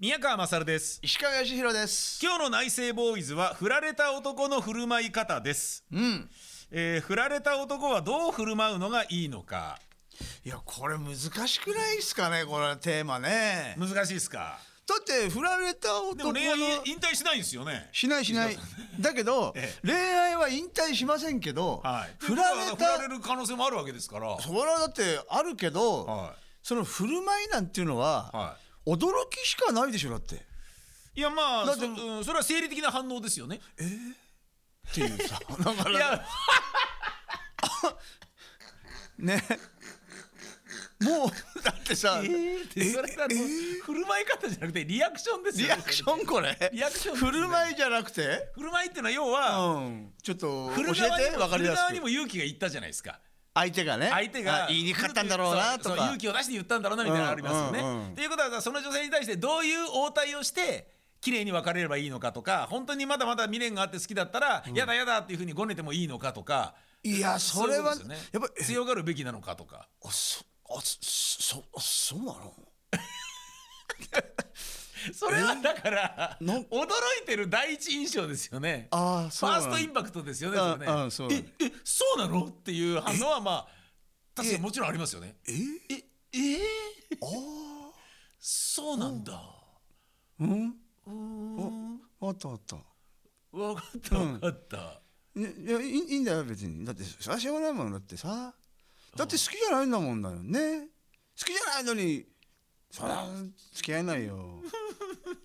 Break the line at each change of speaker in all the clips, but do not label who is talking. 宮川勝です
石川義弘です。
今日の内政ボーイズは振られた男の振る舞い方です、
うん。
えー振られた男はどう振る舞うのがいいのか
いや、これ難しくないですかね、これテーマね。だ
難しいですか
って、振られた
で
男
も
の。
恋愛引退しないんですよね
しないしない。だけど、
ええ
恋愛は引退しませんけど、
はい
振られ
ということは振ら
た
れ。る可能性もあるわけですから
それはだってあるけど、
は
その振る舞いなんていうのは、
いは
驚きしかないでしょだって。
いいやま
だ
あ
っ
そ,、
て
うん、それは生理的な反応ですよね
っていう さ、だか
い
ら
や
ね。もうだってさ、
ってそれはあの振る舞い方じゃなくてリアクションですよ
リ
ね
アクションこれ。
リアクションですね
振る舞いじゃなくて。
振る舞いってのは要は、
うん、ちょっと
振
教
る側
え
に
て
も
分
振
かり
る
やす
側に
く
も勇気がいったじゃないですか
相手がね
相手が
あ言いにくかったんだろうなと
そそ
か
勇気を出して言ったんだろうなみたいなのありますよね。と、
うんうんうん
いうことはさその女性に対してどういう応対をして綺麗に別れればいいのかとか本当にまだまだ未練があって好きだったら、やだやだっていうふうにごねてもいいのかとか
いやそれは
そういうことです
や
よ
っ
ね
ぱり
強がるべきなのかとか
あそあそそそうなの
それはだから
な
驚いてる第一印象ですよね。
あー
フ
そう
ァ
な
ー
の
ストインパクトですよね。
うん
それ
うんそうな
ねええそうな
の
のっていう反応はまあ確かにもちろんありますよね。
え
ええー
あ
そうなんだ。
ーうん
うーん
あったあった
わかったわかった、
いいやいいいいんだよ別にだってそれはしょうがないもんだってさだって好きじゃないんだもんだよね好きじゃないのにそりゃ付き合えな いよ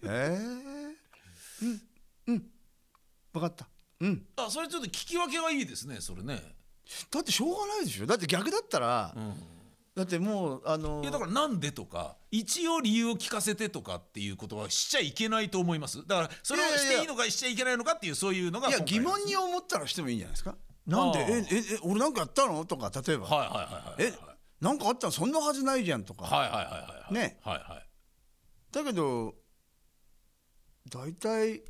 ええうんうん分かったうん
あそれちょっと聞き分けがいいですねそれね、
だってしょうがないでしょだって逆だったら、
うん、
だってもうあの
いやだからなんでとか一応理由を聞かせてとかっていうことはしちゃいけないと思いますだからそれを
いやいやい
し
や
ていいのかしちゃいけないのかっていうそういうのが
いや
今回
疑
の
問に思ったらしてもいいんじゃないですかなんで
ああ
えええ俺なんかやったのとか例えば、
はいはいはいはい
えなんかあったのそんなはずないじゃんとか、
はいはいはいはいはい
ね
はいはい
だけど大体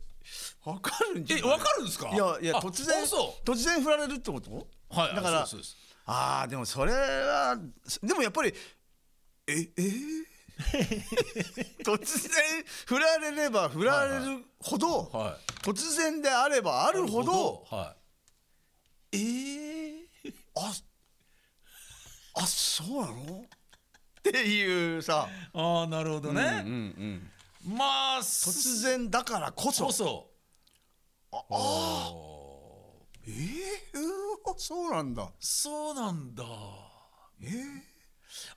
わかるんじゃ
え
ない
わかるんですか
いやいや
あ
突然
あそ
突然振られるってこと
うはい
だから
そうです
ああでもそれはでもやっぱりええー 突然振られれば振られるほ
そうで
ど、
すは
突然であればあ
い
るほど
はいえー
ああそうなのっていうさ、
ああなるほどね、まあ突
突然だからこそ
こそああ
えー、うーそうなんだ
そうなんだ
えー、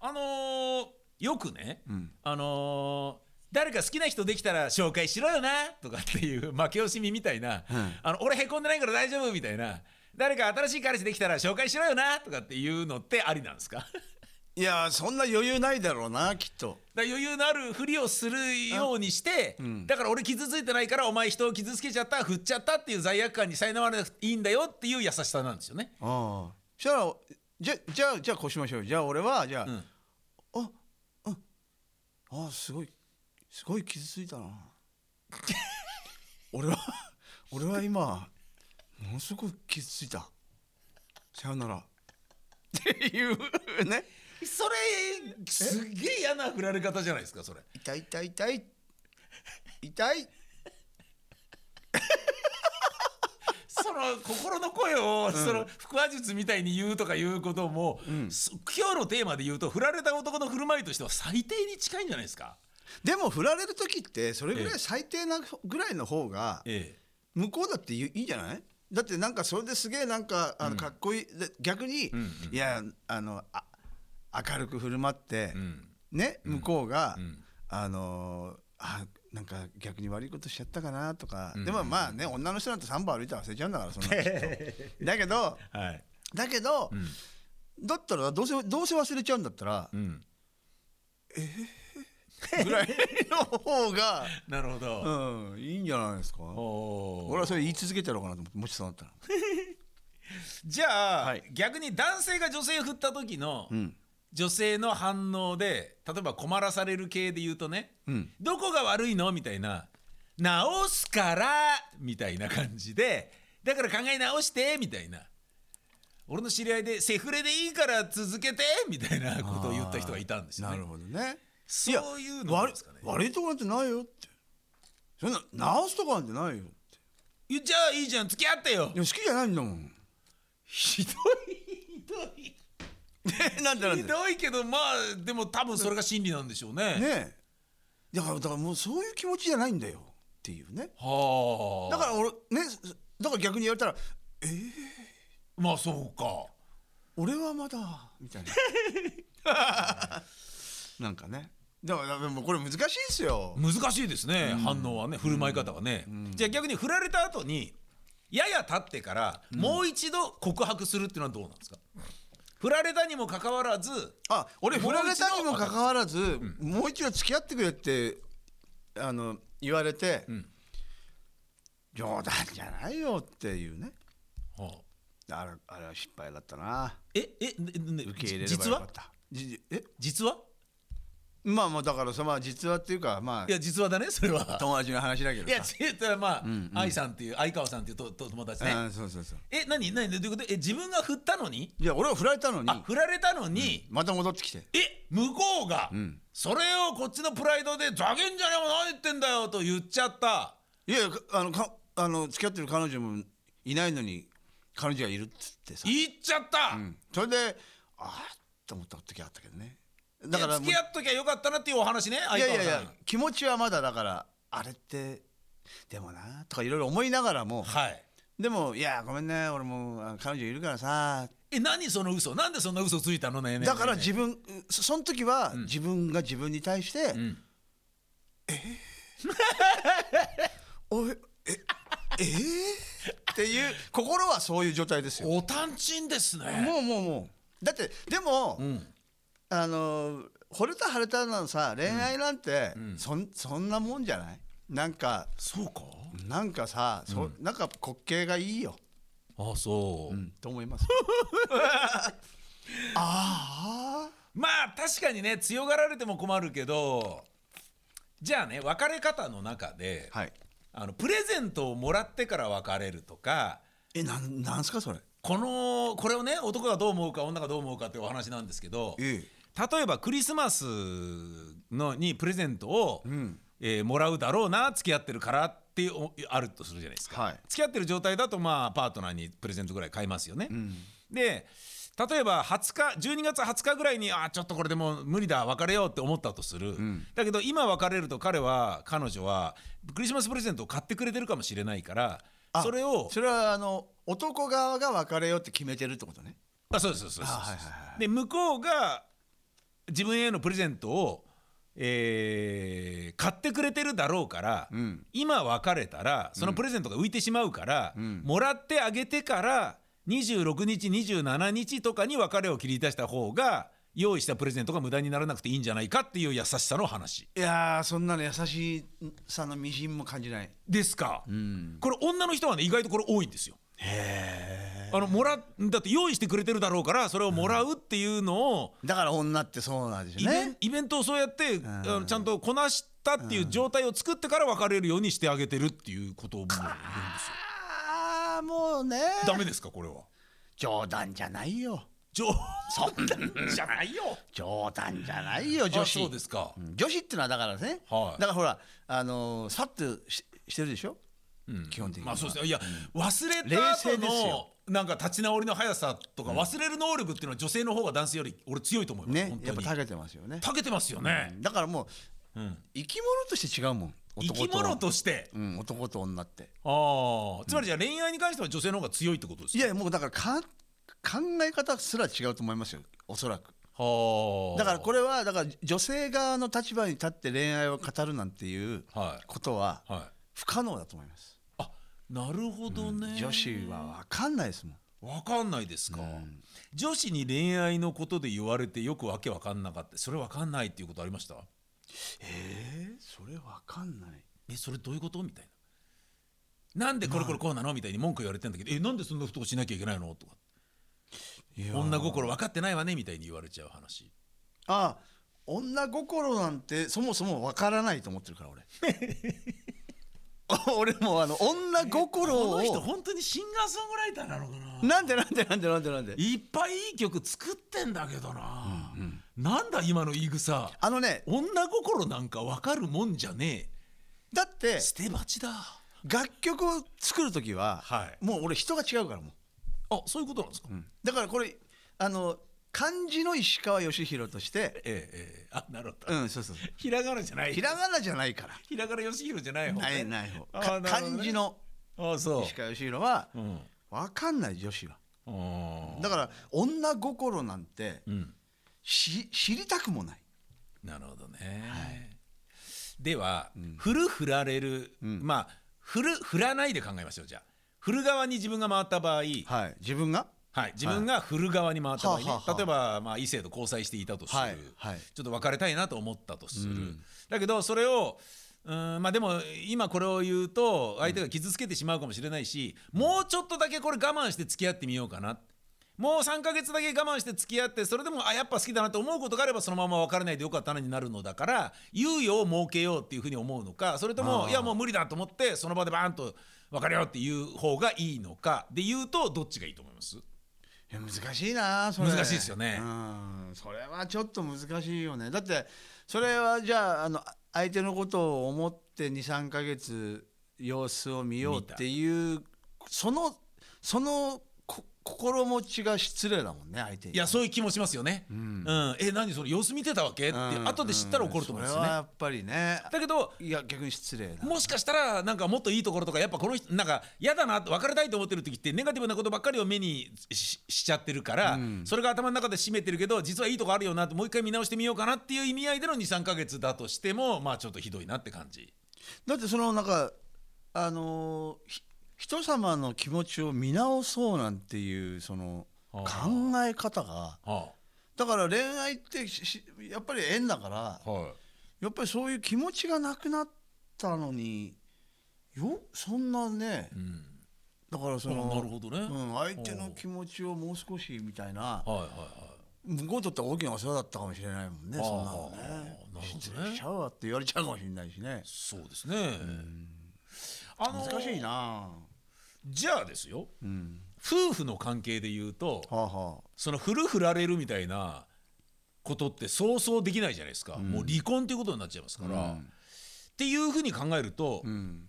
あのーよくね、
ん
あのー誰か好きな人できたら紹介しろよなとかって いう負け惜しみみたいな、
うん
あの俺へこんでないから大丈夫みたいな誰か新しい彼氏できたら紹介しろよなとかっていうのってありなんですかだ か
いやそんな余裕ないだろうなきっと
ら余裕のあるふりをするようにして、
ん
だから俺傷ついてないからお前人を傷つけちゃった振っちゃったっていう罪悪感に苛まれなくていいんだよっていう優しさなんですよね。
ああしたらじゃじゃあじゃあこうしましょうじゃあ俺はじゃあ、
うん
あああすごいすごい傷ついたな 俺は俺は今ものすごく傷ついたさよならっていうね
それすっげえ嫌な振られ方じゃないですかそれ。
痛い痛い痛い痛い
その心の声をその腹話術みたいに言うとかいうことも、す今日のテーマで言うと振られた男の振る舞いとしては最低に近いんじゃないですか。
でも振られる時ってそれぐら
ええ
い最低なぐらいの方が
え
向こうだっていいいいんじゃないだってなんかそれですげえなんかあのかっこいい、で逆に、
んう
いやあのあ明るく振る舞っ
え
て、
うん
ね、向こうが、
うん
あのーあなんか逆に悪いことしちゃったかなとか、
ん
でもまあね女の人なんて3歩歩いたら忘れちゃうんだからそんなの きっとだけど
はい
だけど、
ん
だったらどうせどうせ忘れちゃうんだっ たら
うん、
ぐらいの方が、
なるほど。
うん、いいんじゃないですか
おー
俺はそれ言い続けてやろうかなと思ってもしそうなったら。
じゃあ、
はい
逆に男性が女性を振った時の、
うん
女性の反応で例えば困らされる系で言うとね、
うん
どこが悪いのみたいな直すからみたいな感じでだから考え直してみたいな俺の知り合いでセフレでいいから続けてみたいなことを言った人がいたんですよ、ね、
なるほどね。や
そういうのなん
悪い
ですかね
悪いとこなんてないよってそんな直すとこなんてないよって
いやじゃあいいじゃん付き合ってよ
いや好きじゃないんだもん
ひどいひどい
えなんでなん
ひ
でね
どいけどまあでも多分それが真理なんでしょうね
えだからだからもうそういう気持ちじゃないんだよっていうね
はあ
だから俺ねだから逆に言われたら
まあそうか
俺はまだみたいな なんかねだからでもこれ難しいですよ
難しいですね、反応はね振る舞い方はね、じゃあ逆に振られた後にやや経ってからもう一度告白するっていうのはどうなんですか、振られたにもかかわらず
あ俺
も
振
う一度
られたにもかかわらずもう一度付き合ってくれってあの言われて、
ん
冗談じゃないよっていうね
はあ
あれあれは失敗だったな
ええ、ねね
受け入れれば
実
よか
は
ったじじえ
実は
まあまあだからさまあ実はっていうかま
い
あ
や実はだねそれ は
友達の話だけど
い
さ
や違ったらまあ、愛さんっていう相川さんっていうとと友達ね、
あーそうそうそう
え何何どういうことえ自分が振ったのに
いや俺は振られたのに
あ振られたのに、
また戻ってきて
え向こうが、それをこっちのプライドで「ざけんじゃねえもん何言ってんだよ」と言っちゃった
いやいやかあのかあの付き合ってる彼女もいないのに彼女がいるっつってさ
言っちゃった、
うんそれでああと思った時あったけどねだから
え付き合っときゃよかったなっていうお話ね
い
相
やい
川さ
や
ん
いや気持ちはまだだからあれってでもなとかいろいろ思いながらも
はい
でもいやごめんね俺もうあ彼女いるからさ
え何その嘘なんでそんな嘘ついたのねえねえねえねえ
だから自分うそその時は自分が自分に対して、
ん
えー おいええーっていう心はそういう状態ですよ
おたんちんですね
もうもうもうだってでも、
ん
あの惚れた腫れたのさ恋愛なんて、そんそんなもんじゃないなんか
そうか
なんかさ、そなんか滑稽がいいよ、
あそう、
と思います あ
まあ確かにね強がられても困るけどじゃあね別れ方の中で、
あはい
あのプレゼントをもらってから別れるとか
えなんなんすかそれ
このこれをね男がどう思うか女がどう思うかっていうお話なんですけど
え
例えばクリスマスのにプレゼントを、
ん
えーもらうだろうな付き合ってるからっておあるとするじゃないですか、
はい
付き合ってる状態だとまあパートナーにプレゼントぐらい買いますよね。
ん
で例えば20日12月20日ぐらいにあーちょっとこれでもう無理だ別れようって思ったとする、だけど今別れると彼は彼女はクリスマスプレゼントを買ってくれてるかもしれないから
あ
それを
それはあの男側が別れようって決めてるってことね
あそうですそうですそうです、
あはいはいはい
で向こうが自分へのプレゼントを、えー買ってくれてるだろうから、
ん
今別れたらそのプレゼントが浮いてしまうから、もらってあげてから26日27日とかに別れを切り出した方が用意したプレゼントが無駄にならなくていいんじゃないかっていう優しさの話
いやーそんなの優しさのみじんも感じない
ですか、これ女の人はね意外とこれ多いんですよ。あのもらだって用意してくれてるだろうからそれをもらうっていうのを、
だから女ってそうなんです
イ
よ
ベ
ね
ンイベントをそうやって、あのちゃんとこなしたっていう状態を作ってから別れるようにしてあげてるっていうことも言 うんですよ。
ああもうね
ダメですかこれは。
冗談じゃないよ
冗談 じゃないよ。
冗談 じゃないよ女
あ
子
そうですか。
うん女子ってのはだからね、
はい
だからほらあのーさっとししてるでしょ、基本的に
ま
は、
あそうですね。いや忘れた
冷
後
静です
の
よ
なんか立ち直りの速さとか忘れる能力っていうのは女性の方が男性より俺強いと思います。
ね
本当
やっぱ
に。
たけてますよね
たけてますよね。
だからもう
うん
生き物として違うもん
生き
男
物として。
うん、男と女って
ああつまりじゃあ恋愛に関しては女性の方が強いってことです
い
か。
やもうだからか考え方すら違うと思いますよおそらく
はあ。
だからこれはだから女性側の立場に立って恋愛を語るなんていう
は
ことはい
はい。
不可能だと思います、
あなるほどね、
女子は分かんないですもん
分かんないですか、女子に恋愛のことで言われてよくわけわかんなかったそれわかんないっていうことありました
えー、それ分かんない
えそれどういうことみたいななんでこれこれこうなのみたいに文句言われてんだけどえなんでそんなことしなきゃいけないのとか
いやー
女心分かってないわねみたいに言われちゃう話
あ女心なんてそもそも分からないと思って るから俺俺もあの女心
この人
を
本当にシンガーソングライターなのかな
なんでなんでなんでなんでなんで
いっぱいいい曲作ってんだけどな、なんだ今の言い草
あのね
女心なんか分かるもんじゃね
だって
え捨て鉢だ
楽曲を作る時は、
はい
もう俺人が違うからも
あそういうことなんですか、
う、だからこれあの漢字の石川義弘として
ええええあなるほど、
うんそうそう
ひらがなじゃない
ひらがなじゃないから
ひらがなよしひろじゃない方
な
ね
いない方
あーな
か
るほどね
漢字の
あそう
石川義弘は
うん
分かんない女子は
あー
だから女心なんて
うん
し知りたくもない
なるほどね、では、振る振られる、まあ振る振らないで考えましょうじゃあ振る側に自分が回った場合、はい
はい自分が
自分が振る側に回った場合、ね
はあはあはあ
例えば、まあ、異性と交際していたとする、
はいはい
ちょっと別れたいなと思ったとする、だけどそれをうんまあでも今これを言うと相手が傷つけてしまうかもしれないし、もうちょっとだけこれ我慢して付き合ってみようかなもう3ヶ月だけ我慢して付き合ってそれでもあやっぱ好きだなと思うことがあればそのまま別れないでよかったなになるのだから猶予を設けようっていうふうに思うのかそれと
あ
も
ー
いやもう無理だと思ってその場でバーンと別れようっていう方がいいのかで言うとどっちがいいと思います
いや難しいなそれ
難しいですよね
うんそれはちょっと難しいよねだってそれはじゃああのあ相手のことを思って23か月様子を見ようっていうそのそのこ心持ちが失礼だもんね相手に
いやそういう気もしますよね、うんえ何それ様子見てたわけって
うん
後で知ったら怒ると思うんですよ
それ
ね
はやっぱりね
だけど
いや逆に失礼な
もしかしたらなんかもっといいところとかやっぱこの人なんか嫌だな別れたいと思ってる時ってネガティブなことばっかりを目にししちゃってるから、それが頭の中で占めてるけど実はいいとこあるよなってもう一回見直してみようかなっていう意味合いでの23か月だとしてもまあちょっとひどいなって感じ
だってそのなんかあのーひ人様の気持ちを見直そうなんていうその
あ
考
ー
え方が
は
だから恋愛ってししやっぱり縁だから
あ、はい
やっぱりそういう気持ちがなくなったのによそんなね
うん、
だからそ
あなる
の、
ほどね、
う
はい
ん、相手の気持ちをもう少しみたいな
はいはい
向こうにとっては大きなお世話だったかもしれないもんね
あー
そんなの
なるほど
ね
ね
失礼しちゃうわって言われちゃうかもしれないしね
そうですね、あのー
難しいな
じゃあですよ
うん
夫婦の関係で言うと
はあはあ
その振る振られるみたいなことってそうそうできないじゃないですか、もう離婚ということになっちゃいますから、
うん
っていうふうに考えると、
うん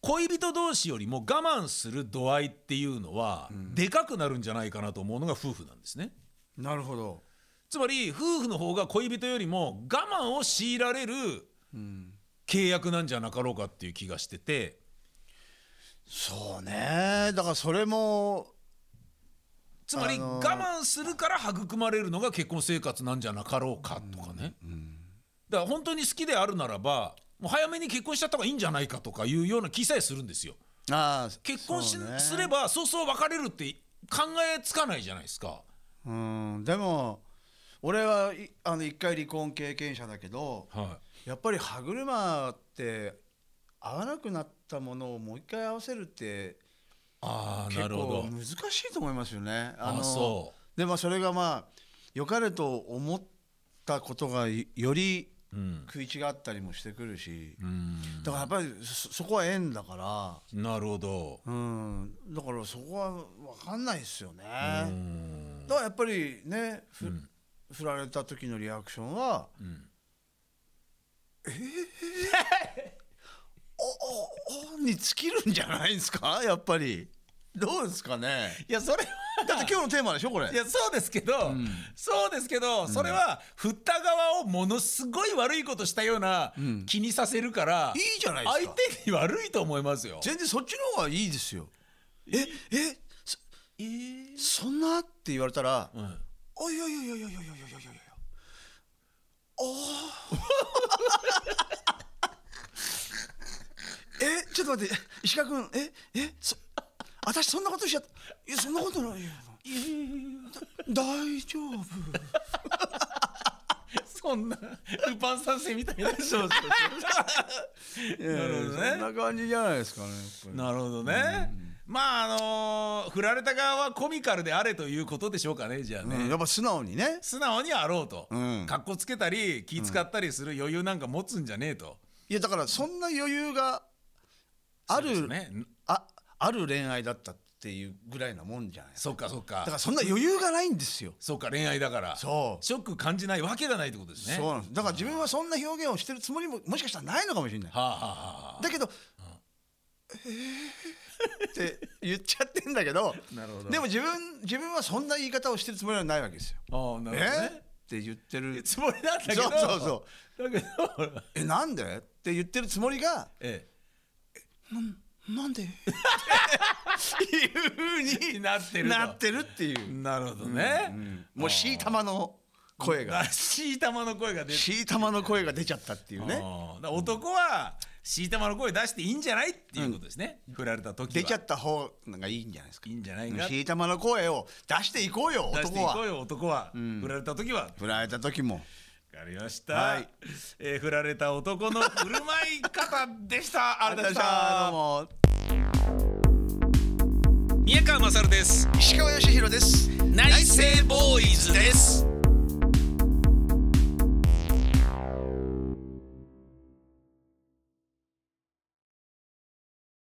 恋人同士よりも我慢する度合いっていうのは、でかくなるんじゃないかなと思うのが夫婦なんですね。
なるほど、
つまり夫婦の方が恋人よりも我慢を強いられる
うん、
契約なんじゃなかろうかっていう気がしてて
そうねだからそれも
つまり
あの
我
ー
慢するから育まれるのが結婚生活なんじゃなかろうかとかね、だから本当に好きであるならばもう早めに結婚しちゃった方がいいんじゃないかとかいうような気さえするんですよ
あー
結婚し、
そうね
すればそうそう別れるって考えつかないじゃないですか
うんでも俺はいあの一回離婚経験者だけど
は
やっぱり歯車って合わなくなったものをもう一回合わせるって
ああ
結
なるほ
構
ど
難しいと思いますよね。
あ
の
そ
でもそれがまあ良かれと思ったことがいより
ううん
食い違ったりもしてくるし、
うん
だからやっぱりそそこは縁だから。
なるほど
うん、だからそこは分かんないですよね。
うん
だからやっぱりね、ふ
うん
振られた時のリアクションは
うん
「おおお」に尽きるんじゃないですかやっぱり。どうですかね
いやそれ
だって今日のテーマでしょこれ。
いやそうですけど、そうですけどそれは振った側をものすごい悪いことしたような
うん
気にさせるから、
いいじゃないです
相
か。
手に悪いと思いますよ。
全然そっちの方がいいですよ。ええそ
えー
そんなって言われたら
うん、
「おいおいおいおいおいおいおいおいおいおいおい えちょっと待って石川君ええそ私そんなことしちゃったいやそんなことないよだ大丈夫
そんなルパン三世みたいな。
そうそうそう
なるほどね
そんな感じじゃないですかね
なるほどね。まああのー振られた側はコミカルであれということでしょうかねじゃあ
やっぱ
ね。
りうんやっぱ素直にね
素直にあろうと、
うん
かっこつけたり気使ったりする余裕なんか持つんじゃねえと、
いやだからそんな余裕があ
そうです
る
ね、
あある恋愛だったってっていうぐらいなもんじゃないです
そっかそっか
だからそんな余裕がないんですよ
そっか恋愛だから
そう
ショック感じないわけがないってことですね
そう
は
なんですだから自分はそんな表現をしてるつもりももしかしたらないのかもしれない
あ、はあは
だけど、えー、って言っちゃってんだけ
あ、
ど
なるほ
でも自分自分はそんな言い方をしてるつもりはないわけですよ。
もああな
え
るほど
ーっ
ね
て言って る
つもりなんだけど
そうそうそう
だけど
えなんでって言ってるつもりが
え
なん
え
で
になってると
なってるっていう
なるほどね、
もうしいたまの声が
あしいたまの声が出て
しいたまの声が出ちゃったっていうね
ああだから男はしいたまの声出していいんじゃないっていうことですね、振られた時は
出ちゃった方がいいんじゃないですか
いいんじゃないか
しいたまの声を出していこうよ
出して
男
いこう
は
よ男は、振られた時は
振られた時も
わかりました、
はい
えー振られた男の振る舞い方でした ありがとうございました
どうも
宮川勝です
石川義弘です
内政ボーイズです